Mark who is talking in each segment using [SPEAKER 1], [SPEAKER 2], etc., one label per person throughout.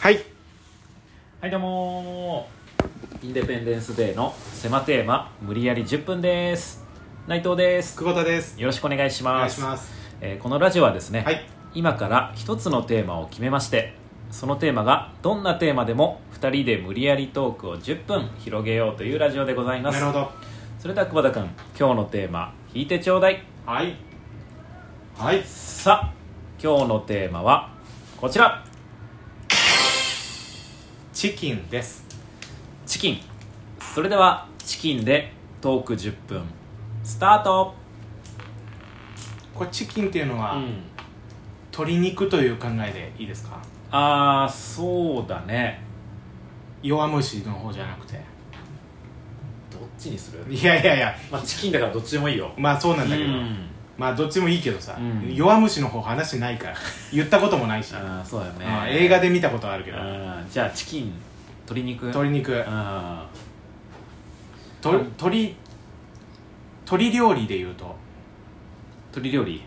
[SPEAKER 1] はい
[SPEAKER 2] はいどうもーインデペンデンスデーの狭テーマ無理やり10分です内藤です
[SPEAKER 1] 久保田です
[SPEAKER 2] よろしくお願いし
[SPEAKER 1] お願
[SPEAKER 2] ま
[SPEAKER 1] い
[SPEAKER 2] す
[SPEAKER 1] します
[SPEAKER 2] えーこのラジオはですね、
[SPEAKER 1] はい
[SPEAKER 2] 今から一つのテーマを決めましてそのテーマがどんなテーマでも2人で無理やりトークを10分広げようというラジオでござい
[SPEAKER 1] な
[SPEAKER 2] ます
[SPEAKER 1] るほど
[SPEAKER 2] それでは久保田君今日のテーマ引いてちょうだい
[SPEAKER 1] はいはい
[SPEAKER 2] さあ今日のテーマはこちら
[SPEAKER 1] チキンです
[SPEAKER 2] チキンそれではチキンでトーク10分スタート
[SPEAKER 1] これチキンっていうのは、
[SPEAKER 2] うん
[SPEAKER 1] 鶏肉という考えでいいですか
[SPEAKER 2] ああそうだね
[SPEAKER 1] 弱虫の方じゃなくて
[SPEAKER 2] どっちにする、
[SPEAKER 1] いやいやいや
[SPEAKER 2] まあ、チキンだからどっちでもいいよ
[SPEAKER 1] まあそうなんだけど、
[SPEAKER 2] うん
[SPEAKER 1] まあどっちもいいけどさ、
[SPEAKER 2] うん
[SPEAKER 1] 弱虫の方話してないから言ったこともないし、
[SPEAKER 2] ああそうだ よね
[SPEAKER 1] うん映画で見たことはあるけど、
[SPEAKER 2] うんじゃあチキン鶏肉
[SPEAKER 1] 鶏肉、
[SPEAKER 2] うん
[SPEAKER 1] と鶏鶏料理でいうと
[SPEAKER 2] 鶏料理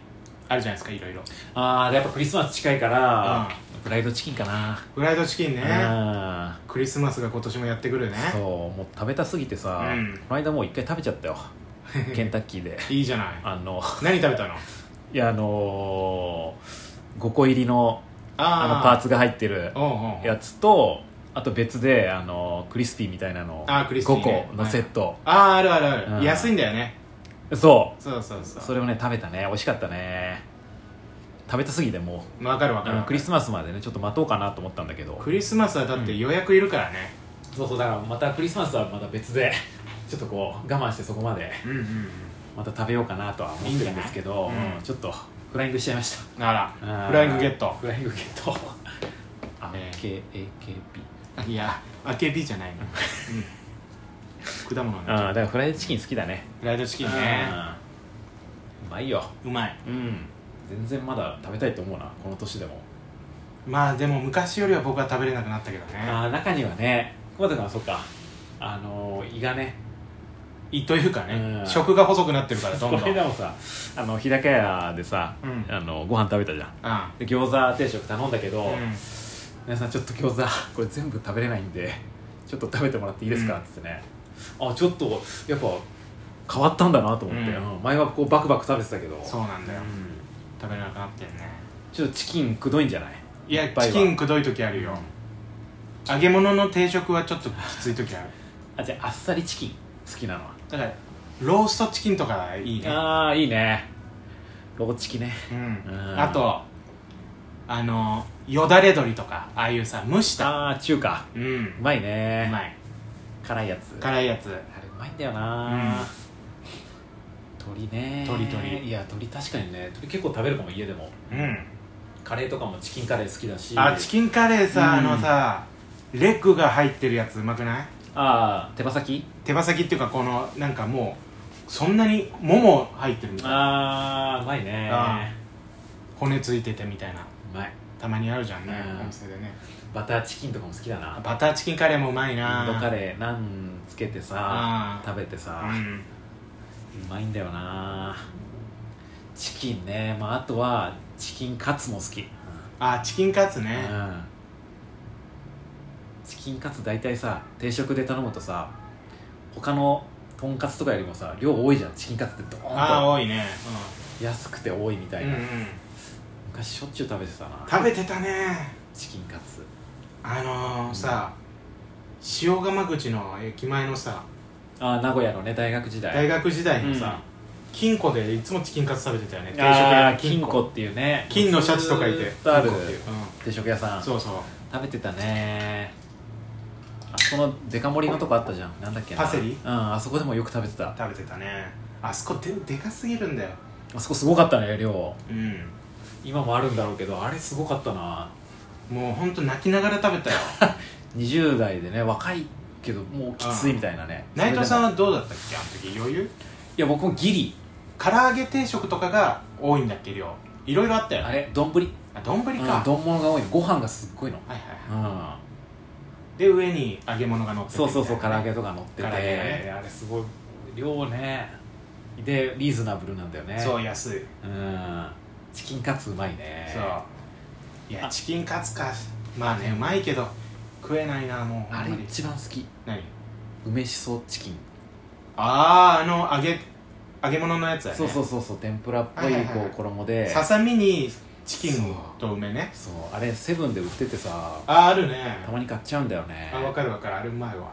[SPEAKER 1] あるじゃないですかいろいろ
[SPEAKER 2] ああやっぱクリスマス近いからフライドチキンかな
[SPEAKER 1] フライドチキンね
[SPEAKER 2] ね
[SPEAKER 1] クリスマスが今年もやってくるね
[SPEAKER 2] そうもう食べたすぎてさ、
[SPEAKER 1] うん
[SPEAKER 2] この間もう一回食べちゃ ったよケンタッキーで
[SPEAKER 1] いいじゃない
[SPEAKER 2] あの
[SPEAKER 1] 何食べたの
[SPEAKER 2] いやあのー、5個入りのあのパー
[SPEAKER 1] ツ
[SPEAKER 2] ツが入ってる
[SPEAKER 1] おうおう
[SPEAKER 2] やつとあと別であのクリスピーみたいなの
[SPEAKER 1] あークリスピーね
[SPEAKER 2] 5個のセット、
[SPEAKER 1] あああるあるある、
[SPEAKER 2] うん
[SPEAKER 1] 安いんだよね
[SPEAKER 2] そ
[SPEAKER 1] そうそうそうう
[SPEAKER 2] それをね食べたね美味しかったね食べたすぎても
[SPEAKER 1] わかるわかるわ
[SPEAKER 2] う、
[SPEAKER 1] かる、
[SPEAKER 2] うんクリスマスまでねちょっと待とうかなと思ったんだけど
[SPEAKER 1] クリスマスはだって予約いるからね
[SPEAKER 2] そうそうだからまたクリスマスはまた別で ちょっとこう我慢してそこまで
[SPEAKER 1] うんうん
[SPEAKER 2] また食べようかなとは思ってるんですけど
[SPEAKER 1] いいんじゃないうん
[SPEAKER 2] ちょっとフライングしちゃいまし
[SPEAKER 1] うんあ
[SPEAKER 2] た
[SPEAKER 1] らフライングゲット
[SPEAKER 2] フライングゲットあ
[SPEAKER 1] え
[SPEAKER 2] AKAKB
[SPEAKER 1] いやあけびじゃないの、うん、果物
[SPEAKER 2] うん
[SPEAKER 1] ね
[SPEAKER 2] だからフライドチキン好きだね
[SPEAKER 1] フライドチキンね
[SPEAKER 2] うんうまいよ
[SPEAKER 1] うまい
[SPEAKER 2] うん全然まだ食べたいと思うなこの年でも
[SPEAKER 1] まあでも昔よりは僕は食べれなくなったけどね
[SPEAKER 2] あー中にはね久保田君はそっかあのー胃がね
[SPEAKER 1] 胃というかね、
[SPEAKER 2] うん
[SPEAKER 1] 食が細くなってるからどん
[SPEAKER 2] こ
[SPEAKER 1] ど
[SPEAKER 2] の
[SPEAKER 1] ん
[SPEAKER 2] 間もさあの日高屋でさ、
[SPEAKER 1] うん
[SPEAKER 2] あのご飯食べたじゃん
[SPEAKER 1] あ
[SPEAKER 2] で餃子定食頼んだけど、
[SPEAKER 1] あ、うん
[SPEAKER 2] 皆さんちょっと餃子これ全部食べれないんでちょっと食べてもらっていいですか、
[SPEAKER 1] うん
[SPEAKER 2] っつってねあちょっとやっぱ変わったんだなと思って、
[SPEAKER 1] うん
[SPEAKER 2] うん前はこうバクバク食べてたけど
[SPEAKER 1] そうなんだよ、
[SPEAKER 2] うん
[SPEAKER 1] 食べれなくなってんね
[SPEAKER 2] ちょっとチキンくどいんじゃない
[SPEAKER 1] いや
[SPEAKER 2] っぱい
[SPEAKER 1] チ
[SPEAKER 2] は
[SPEAKER 1] キンくどい時あるよ揚げ物の定食はちょっときつい時ある
[SPEAKER 2] あじゃああっさりチキン好きなのは
[SPEAKER 1] だからローストチキンとかいいね
[SPEAKER 2] ああいいねローチキね
[SPEAKER 1] うん
[SPEAKER 2] うん
[SPEAKER 1] あとあのよだれ鶏とかああいうさ蒸した
[SPEAKER 2] ああ中華
[SPEAKER 1] う
[SPEAKER 2] うんまいうね
[SPEAKER 1] まい
[SPEAKER 2] 辛いやつ
[SPEAKER 1] 辛いやつ
[SPEAKER 2] あれうまいんだよな、
[SPEAKER 1] うん
[SPEAKER 2] 鶏ね
[SPEAKER 1] 鶏鶏
[SPEAKER 2] いや鶏確かにね鶏結構食べるかも家でも
[SPEAKER 1] うん
[SPEAKER 2] カレーとかもチキンカレー好きだし
[SPEAKER 1] あチキンカレーさあ
[SPEAKER 2] うん
[SPEAKER 1] のさレッグが入ってるやつうまくない
[SPEAKER 2] あー手羽先
[SPEAKER 1] 手羽先っていうかこのなんかもうそんなにもも入ってるみたいな
[SPEAKER 2] ああうまいね
[SPEAKER 1] あ骨ついててみたいな
[SPEAKER 2] うまい
[SPEAKER 1] たまにあるじゃんね
[SPEAKER 2] うん
[SPEAKER 1] お店でね
[SPEAKER 2] バターチキンとかも好きだな
[SPEAKER 1] バターチキンカレーもうまいな
[SPEAKER 2] インドカレーナンつけてさ
[SPEAKER 1] あー
[SPEAKER 2] 食べてさ、
[SPEAKER 1] うん
[SPEAKER 2] うまいんだよなチキンね、まあ、あとはチキンカツも好き、
[SPEAKER 1] あチキンカツ
[SPEAKER 2] う
[SPEAKER 1] ね
[SPEAKER 2] ん、チキンカツ大体さ定食で頼むとさ他のとんかつとかよりもさ量多いじゃんチキンカツってド
[SPEAKER 1] ああ
[SPEAKER 2] ーン
[SPEAKER 1] 多いね
[SPEAKER 2] と安くて多いみ
[SPEAKER 1] う
[SPEAKER 2] た
[SPEAKER 1] ん
[SPEAKER 2] い
[SPEAKER 1] うん
[SPEAKER 2] な、
[SPEAKER 1] うん
[SPEAKER 2] 昔しょっちゅう食べてたな
[SPEAKER 1] 食べてたね
[SPEAKER 2] チキンカツ
[SPEAKER 1] あのー、さ塩釜口の駅前のさ
[SPEAKER 2] あー名古屋のね大学時代
[SPEAKER 1] 大学時代の
[SPEAKER 2] うん
[SPEAKER 1] さ、金庫でいつもチキンカツ食べてたよね定食
[SPEAKER 2] あ
[SPEAKER 1] 屋
[SPEAKER 2] ー金庫っていうね
[SPEAKER 1] 金のシャチとかいて
[SPEAKER 2] ずーっとある
[SPEAKER 1] 金庫っていう、
[SPEAKER 2] 定食屋さ
[SPEAKER 1] うんん、そうそう
[SPEAKER 2] 食べてたねあそこのデカ盛りのとこあったじゃんなんだっけな
[SPEAKER 1] パセリ
[SPEAKER 2] うんあそこでもよく食べてた
[SPEAKER 1] 食べてたねあそこででかすぎるんだよ
[SPEAKER 2] あそこすごかったね量
[SPEAKER 1] うん
[SPEAKER 2] 今もあるんだろうけどあれすごかったな
[SPEAKER 1] もうほんと泣きながら食べた よ
[SPEAKER 2] 20代でね若いけどもうきついみたいなね
[SPEAKER 1] 内藤さん
[SPEAKER 2] は
[SPEAKER 1] はどうだったっけあの時余裕
[SPEAKER 2] いや僕もギリ
[SPEAKER 1] 唐揚げ定食とかが多いんだっけ量いろいろあったよ
[SPEAKER 2] あ
[SPEAKER 1] ね
[SPEAKER 2] れ丼ぶり
[SPEAKER 1] あ丼か、
[SPEAKER 2] う
[SPEAKER 1] はい
[SPEAKER 2] ん
[SPEAKER 1] はい
[SPEAKER 2] 丼物が多いのご飯がすっごいの
[SPEAKER 1] はいうで上に揚げ物が乗っ
[SPEAKER 2] ん
[SPEAKER 1] てて
[SPEAKER 2] そうそうそう
[SPEAKER 1] み
[SPEAKER 2] 唐
[SPEAKER 1] たいな
[SPEAKER 2] 揚げとか乗ってて
[SPEAKER 1] 唐揚げね
[SPEAKER 2] あれすごい量ねでリーズナブルなんだよね
[SPEAKER 1] そう安い
[SPEAKER 2] うんチキンカツうまいね
[SPEAKER 1] そういや
[SPEAKER 2] あ
[SPEAKER 1] チキンカツかまあねうまいけど食えないなもう
[SPEAKER 2] あれ
[SPEAKER 1] んまり
[SPEAKER 2] 一番好き
[SPEAKER 1] 何
[SPEAKER 2] 梅しそチキン
[SPEAKER 1] あああの揚げ揚げ物のやつだよね
[SPEAKER 2] そうそうそうそう天ぷらっぽ
[SPEAKER 1] はいいはいはい
[SPEAKER 2] こう衣で
[SPEAKER 1] ささみにチキンと梅ね
[SPEAKER 2] そうあれセブンで売っててさ
[SPEAKER 1] あああるね
[SPEAKER 2] たまに買っちゃうんだよね
[SPEAKER 1] あ分かる分かるあれうまいわ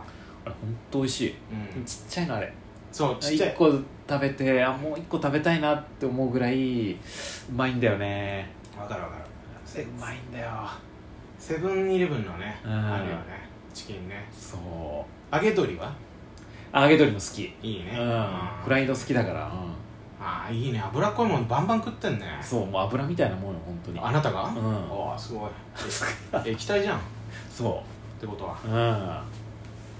[SPEAKER 2] あれほんと美味しい
[SPEAKER 1] うん
[SPEAKER 2] ちっちゃいのあれ
[SPEAKER 1] そうちっちゃ
[SPEAKER 2] 1
[SPEAKER 1] い
[SPEAKER 2] 個食べてあもう1個食べたいなって思うぐらいうまいんだよね
[SPEAKER 1] 分かる分かる
[SPEAKER 2] うまいんだよ
[SPEAKER 1] セブンイレブンのね
[SPEAKER 2] うん
[SPEAKER 1] あるよねチキンね
[SPEAKER 2] そう
[SPEAKER 1] 揚げ鶏は
[SPEAKER 2] あ揚げ鶏も好き
[SPEAKER 1] いいね
[SPEAKER 2] うんフライド好きだから、
[SPEAKER 1] ああいいね脂っこいもんバンバン食ってんね
[SPEAKER 2] うん、そうもう油みたいなもんよ本当に
[SPEAKER 1] あなたが
[SPEAKER 2] うん
[SPEAKER 1] ああすごいえ液体じゃんっ
[SPEAKER 2] そ
[SPEAKER 1] てことは
[SPEAKER 2] ううん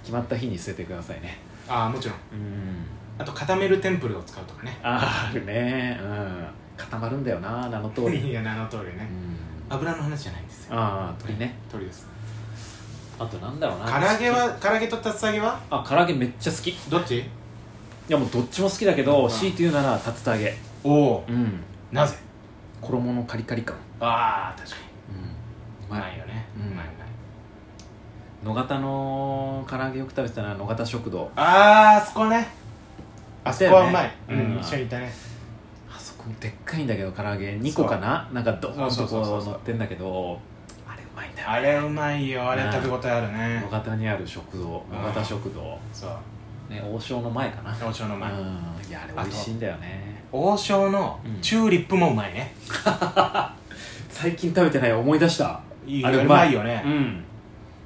[SPEAKER 2] 決まった日に捨ててくださいね
[SPEAKER 1] ああもちろん
[SPEAKER 2] うん
[SPEAKER 1] あと固めるテンプルを使うとかね
[SPEAKER 2] あるねうん固まるんだよな名の通 り、
[SPEAKER 1] いや名の通り
[SPEAKER 2] う
[SPEAKER 1] ね
[SPEAKER 2] ん、
[SPEAKER 1] 油の話じゃないんですよ
[SPEAKER 2] ああ鳥ね
[SPEAKER 1] 鳥です
[SPEAKER 2] あとなんだろうな
[SPEAKER 1] 唐揚げは唐揚げと竜田揚げは
[SPEAKER 2] あ唐揚げめっちゃ好きい
[SPEAKER 1] どっち
[SPEAKER 2] やもうどっちも好きだけど、
[SPEAKER 1] うん
[SPEAKER 2] 強いて言うなら竜田揚げ
[SPEAKER 1] おお
[SPEAKER 2] うん
[SPEAKER 1] なぜ
[SPEAKER 2] 衣のカリカリ感
[SPEAKER 1] ああ確かに
[SPEAKER 2] うん
[SPEAKER 1] うまいよね
[SPEAKER 2] うん
[SPEAKER 1] うまいうまい
[SPEAKER 2] 野方の唐揚げよく食べてたな野方食堂
[SPEAKER 1] あーあそこねあそこはうまい、
[SPEAKER 2] だよね
[SPEAKER 1] う
[SPEAKER 2] うん
[SPEAKER 1] ん一緒にいたね
[SPEAKER 2] あそこでっかいんだけど唐揚げ2個かななんかドーン
[SPEAKER 1] そ
[SPEAKER 2] と
[SPEAKER 1] うそうそう
[SPEAKER 2] こ
[SPEAKER 1] そう
[SPEAKER 2] 乗ってんだけどあれうまいんだよ
[SPEAKER 1] あれうまいよあれ食べ応えあるね
[SPEAKER 2] 野方にある食堂
[SPEAKER 1] ん
[SPEAKER 2] 野方食堂、
[SPEAKER 1] そう
[SPEAKER 2] ね、王将の前かな
[SPEAKER 1] 王将の
[SPEAKER 2] うん
[SPEAKER 1] 前
[SPEAKER 2] いやあれ美味しいんだよね
[SPEAKER 1] 王将のチューリップもうまいね
[SPEAKER 2] 最近食べてない思い出した
[SPEAKER 1] いい
[SPEAKER 2] あ
[SPEAKER 1] あ
[SPEAKER 2] れ
[SPEAKER 1] れ
[SPEAKER 2] う
[SPEAKER 1] う
[SPEAKER 2] ま
[SPEAKER 1] ま
[SPEAKER 2] い
[SPEAKER 1] いよね、
[SPEAKER 2] うん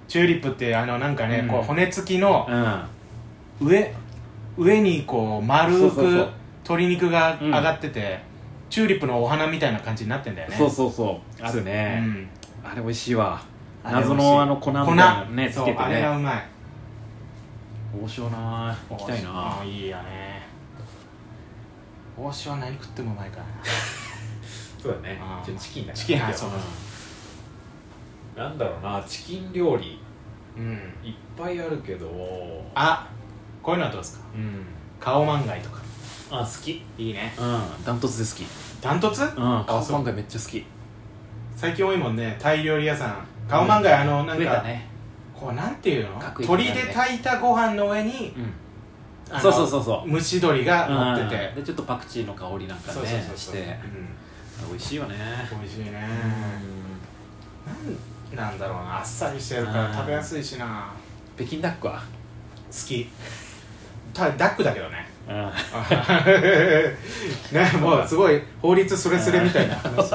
[SPEAKER 1] チューリップってあのなんかね、
[SPEAKER 2] うん
[SPEAKER 1] こう骨付きの
[SPEAKER 2] うん
[SPEAKER 1] 上上にこう丸
[SPEAKER 2] そう
[SPEAKER 1] く
[SPEAKER 2] そうそう
[SPEAKER 1] 鶏肉が上がってて、チューリップのお花みたいな感じになってんだよね
[SPEAKER 2] そうそうそうある
[SPEAKER 1] う
[SPEAKER 2] ね、
[SPEAKER 1] ん
[SPEAKER 2] あれ美味しいわ
[SPEAKER 1] あれ美味し
[SPEAKER 2] 謎
[SPEAKER 1] い
[SPEAKER 2] のあの粉みたいなのねつ
[SPEAKER 1] 粉
[SPEAKER 2] けて
[SPEAKER 1] そうあれが
[SPEAKER 2] ね
[SPEAKER 1] うまい
[SPEAKER 2] 王将な行きたいな
[SPEAKER 1] うんいいよね王将は何食ってもうまいからな
[SPEAKER 2] そうだね
[SPEAKER 1] あー
[SPEAKER 2] じゃあチキンだから
[SPEAKER 1] チキンはいそうそう
[SPEAKER 2] うんなんだろうなチキン料理
[SPEAKER 1] うん
[SPEAKER 2] いっぱいあるけど
[SPEAKER 1] あこういうのはどうですか
[SPEAKER 2] うん
[SPEAKER 1] 顔まんがいとか
[SPEAKER 2] あ好き
[SPEAKER 1] いいね
[SPEAKER 2] うんダントツで好
[SPEAKER 1] ダントツ
[SPEAKER 2] きうん顔
[SPEAKER 1] そう
[SPEAKER 2] パンがめっちゃ好き
[SPEAKER 1] 最近多いもんねタイ料理屋さん顔まんがいあのなん
[SPEAKER 2] 増え
[SPEAKER 1] か、
[SPEAKER 2] たね
[SPEAKER 1] こうなんていうの
[SPEAKER 2] 各駅にある
[SPEAKER 1] 鶏
[SPEAKER 2] ね
[SPEAKER 1] で炊いたご飯の上に
[SPEAKER 2] う
[SPEAKER 1] あ
[SPEAKER 2] ん
[SPEAKER 1] の
[SPEAKER 2] そうそうそうそう
[SPEAKER 1] 蒸し鶏が乗
[SPEAKER 2] う
[SPEAKER 1] っ
[SPEAKER 2] ん
[SPEAKER 1] てて
[SPEAKER 2] でちょっとパクチーの香りなんか
[SPEAKER 1] そう
[SPEAKER 2] ね
[SPEAKER 1] そうそう
[SPEAKER 2] し
[SPEAKER 1] そう、
[SPEAKER 2] て美味しいよね
[SPEAKER 1] うん、美味しいね
[SPEAKER 2] うん
[SPEAKER 1] なんなんだろうなあっさりしてるか
[SPEAKER 2] うん
[SPEAKER 1] ら食べやすいしな
[SPEAKER 2] 北京ダックは
[SPEAKER 1] 好きたダックだけど ね
[SPEAKER 2] うん
[SPEAKER 1] ねもうすごい法律それそれみたいな話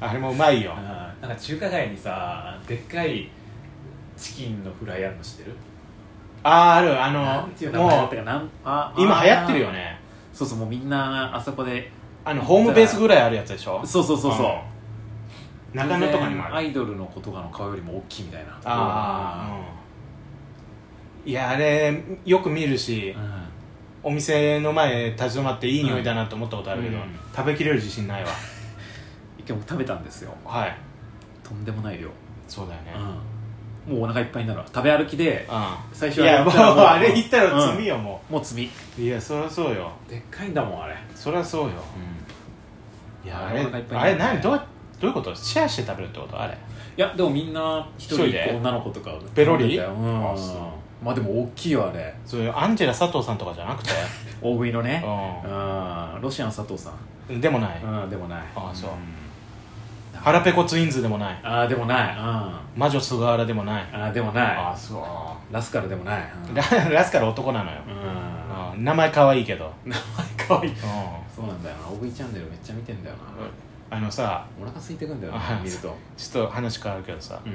[SPEAKER 1] あれもうまいよ
[SPEAKER 2] なんか中華街にさでっかいチキンのフライあるの知ってる
[SPEAKER 1] あーあるあ
[SPEAKER 2] なんていう
[SPEAKER 1] の
[SPEAKER 2] 名前だっ
[SPEAKER 1] も
[SPEAKER 2] た
[SPEAKER 1] う
[SPEAKER 2] かなんあ
[SPEAKER 1] 今流行ってるよ
[SPEAKER 2] ね
[SPEAKER 1] ね
[SPEAKER 2] そうそうもうみんなあそこで
[SPEAKER 1] あのホームベースぐらいあるやつでしょ
[SPEAKER 2] そうそうそうそう
[SPEAKER 1] う中野とかにも
[SPEAKER 2] 全然
[SPEAKER 1] あ
[SPEAKER 2] ア
[SPEAKER 1] る
[SPEAKER 2] イドルの子とかの顔よりも大きいみたいな
[SPEAKER 1] ああいやあれよく見るし
[SPEAKER 2] うん
[SPEAKER 1] お店の前立ち止まっていい匂いだなと思ったことあるけど
[SPEAKER 2] うん
[SPEAKER 1] 食べきれる自信ないわ
[SPEAKER 2] 一回僕食べたんですよ
[SPEAKER 1] はい
[SPEAKER 2] とんでもない量、
[SPEAKER 1] そうだよね
[SPEAKER 2] うん、もうお腹いっぱいになるわ食べ歩きで
[SPEAKER 1] う
[SPEAKER 2] 最
[SPEAKER 1] んい
[SPEAKER 2] 初
[SPEAKER 1] やもう
[SPEAKER 2] ったら
[SPEAKER 1] あれ言ったら罪
[SPEAKER 2] よ、
[SPEAKER 1] よも
[SPEAKER 2] うんもう罪
[SPEAKER 1] ういやそりゃそうよ
[SPEAKER 2] でっかいんだもんあれ、
[SPEAKER 1] そりゃそうよいやあれ
[SPEAKER 2] お腹いっぱい
[SPEAKER 1] あれ
[SPEAKER 2] になる
[SPEAKER 1] 何どうどういうことシェアして食べるってことあれ
[SPEAKER 2] いやでもみんな一人
[SPEAKER 1] 一人で
[SPEAKER 2] 女の子とかを
[SPEAKER 1] ペロリ
[SPEAKER 2] 食べてたようん
[SPEAKER 1] あそう
[SPEAKER 2] まあでも大きいよあれ
[SPEAKER 1] そういうアンジェラ佐藤さんとかじゃなく て
[SPEAKER 2] 大食いのね
[SPEAKER 1] う
[SPEAKER 2] うんロシアン佐藤さん
[SPEAKER 1] んでもない
[SPEAKER 2] うんでもない
[SPEAKER 1] あそうん腹ペコツインズでもない
[SPEAKER 2] あーでもないうんあ
[SPEAKER 1] 魔女菅原でもない
[SPEAKER 2] ーでもな
[SPEAKER 1] あそう
[SPEAKER 2] いラスカルでもないうん
[SPEAKER 1] ラ ラスカル男なのよ
[SPEAKER 2] う、ん
[SPEAKER 1] うん名前可愛いけど、
[SPEAKER 2] 名前可愛い
[SPEAKER 1] うん
[SPEAKER 2] そうなんだよな大食いチャンネルめっちゃ見てんだよな
[SPEAKER 1] あのさ
[SPEAKER 2] お腹空いてくんだよ
[SPEAKER 1] あ
[SPEAKER 2] な見ると
[SPEAKER 1] ちょっと話変わるけどさ、
[SPEAKER 2] うん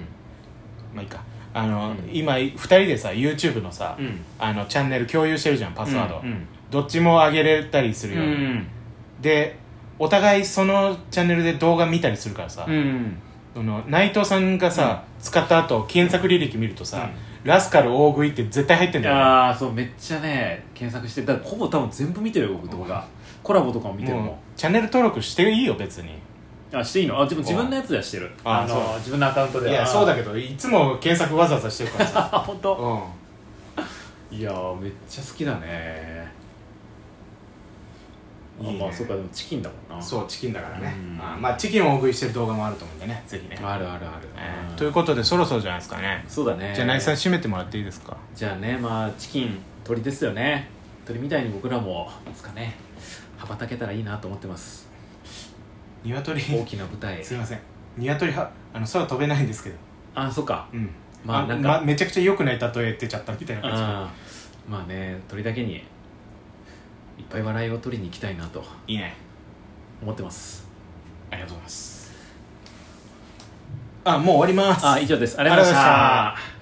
[SPEAKER 1] まあいいかあの、
[SPEAKER 2] うん
[SPEAKER 1] 今2人でさ YouTube のさ、
[SPEAKER 2] うん
[SPEAKER 1] あのチャンネル共有してるじゃんパスワード、
[SPEAKER 2] うん
[SPEAKER 1] どっちも上げれたりす
[SPEAKER 2] う
[SPEAKER 1] るよ、
[SPEAKER 2] ん
[SPEAKER 1] でお互いそのチャンネルで動画見たりするからさ、
[SPEAKER 2] うん
[SPEAKER 1] その内藤さんがさ、使った後検索履歴見るとさ、ラスカル大食いって絶対入ってんだよね
[SPEAKER 2] ああそうめっちゃね検索してだからほぼ多分全部見てるよ僕動画コラボとかも見てるもん
[SPEAKER 1] もうチャンネル登録していいよ別に
[SPEAKER 2] あしていいのあ自分自分のやつではしてる
[SPEAKER 1] あ
[SPEAKER 2] あ
[SPEAKER 1] そ
[SPEAKER 2] の自分のアカウントで
[SPEAKER 1] いやそうだ
[SPEAKER 2] け
[SPEAKER 1] けどいつも検索わざわざしてるからさ、
[SPEAKER 2] ど本当
[SPEAKER 1] うん
[SPEAKER 2] いやーめっちゃ好きだねあ
[SPEAKER 1] いいね
[SPEAKER 2] まあそうかでもチキンだもんな
[SPEAKER 1] そうチキンだからね
[SPEAKER 2] うん
[SPEAKER 1] あーまあチキンを大食いしてる動画もあると思うんでねぜひね
[SPEAKER 2] あるあるある、
[SPEAKER 1] え
[SPEAKER 2] う
[SPEAKER 1] ー
[SPEAKER 2] ん
[SPEAKER 1] ということでそろそろじゃないですかね
[SPEAKER 2] そうだね
[SPEAKER 1] じゃあ成井さん締めてもらっていいですか
[SPEAKER 2] じゃあねまあチキン鳥ですよね鳥みたいに僕らもですかね羽ばたけたらいいなと思ってます
[SPEAKER 1] 鶏
[SPEAKER 2] 大きな舞台
[SPEAKER 1] すいません鶏はあの空飛べないんですけど
[SPEAKER 2] あそっか
[SPEAKER 1] うん
[SPEAKER 2] まあ
[SPEAKER 1] あ
[SPEAKER 2] なん
[SPEAKER 1] ま
[SPEAKER 2] か
[SPEAKER 1] めちゃくちゃ良くない例え出ちゃったみたいな感じ
[SPEAKER 2] あーまあね鳥だけにいっぱい笑いを取りに行きたいなと
[SPEAKER 1] いいね
[SPEAKER 2] 思ってます
[SPEAKER 1] ありがとうございますあもう終わります
[SPEAKER 2] あ以上ですありがとうございまし
[SPEAKER 1] ありがとうございま
[SPEAKER 2] た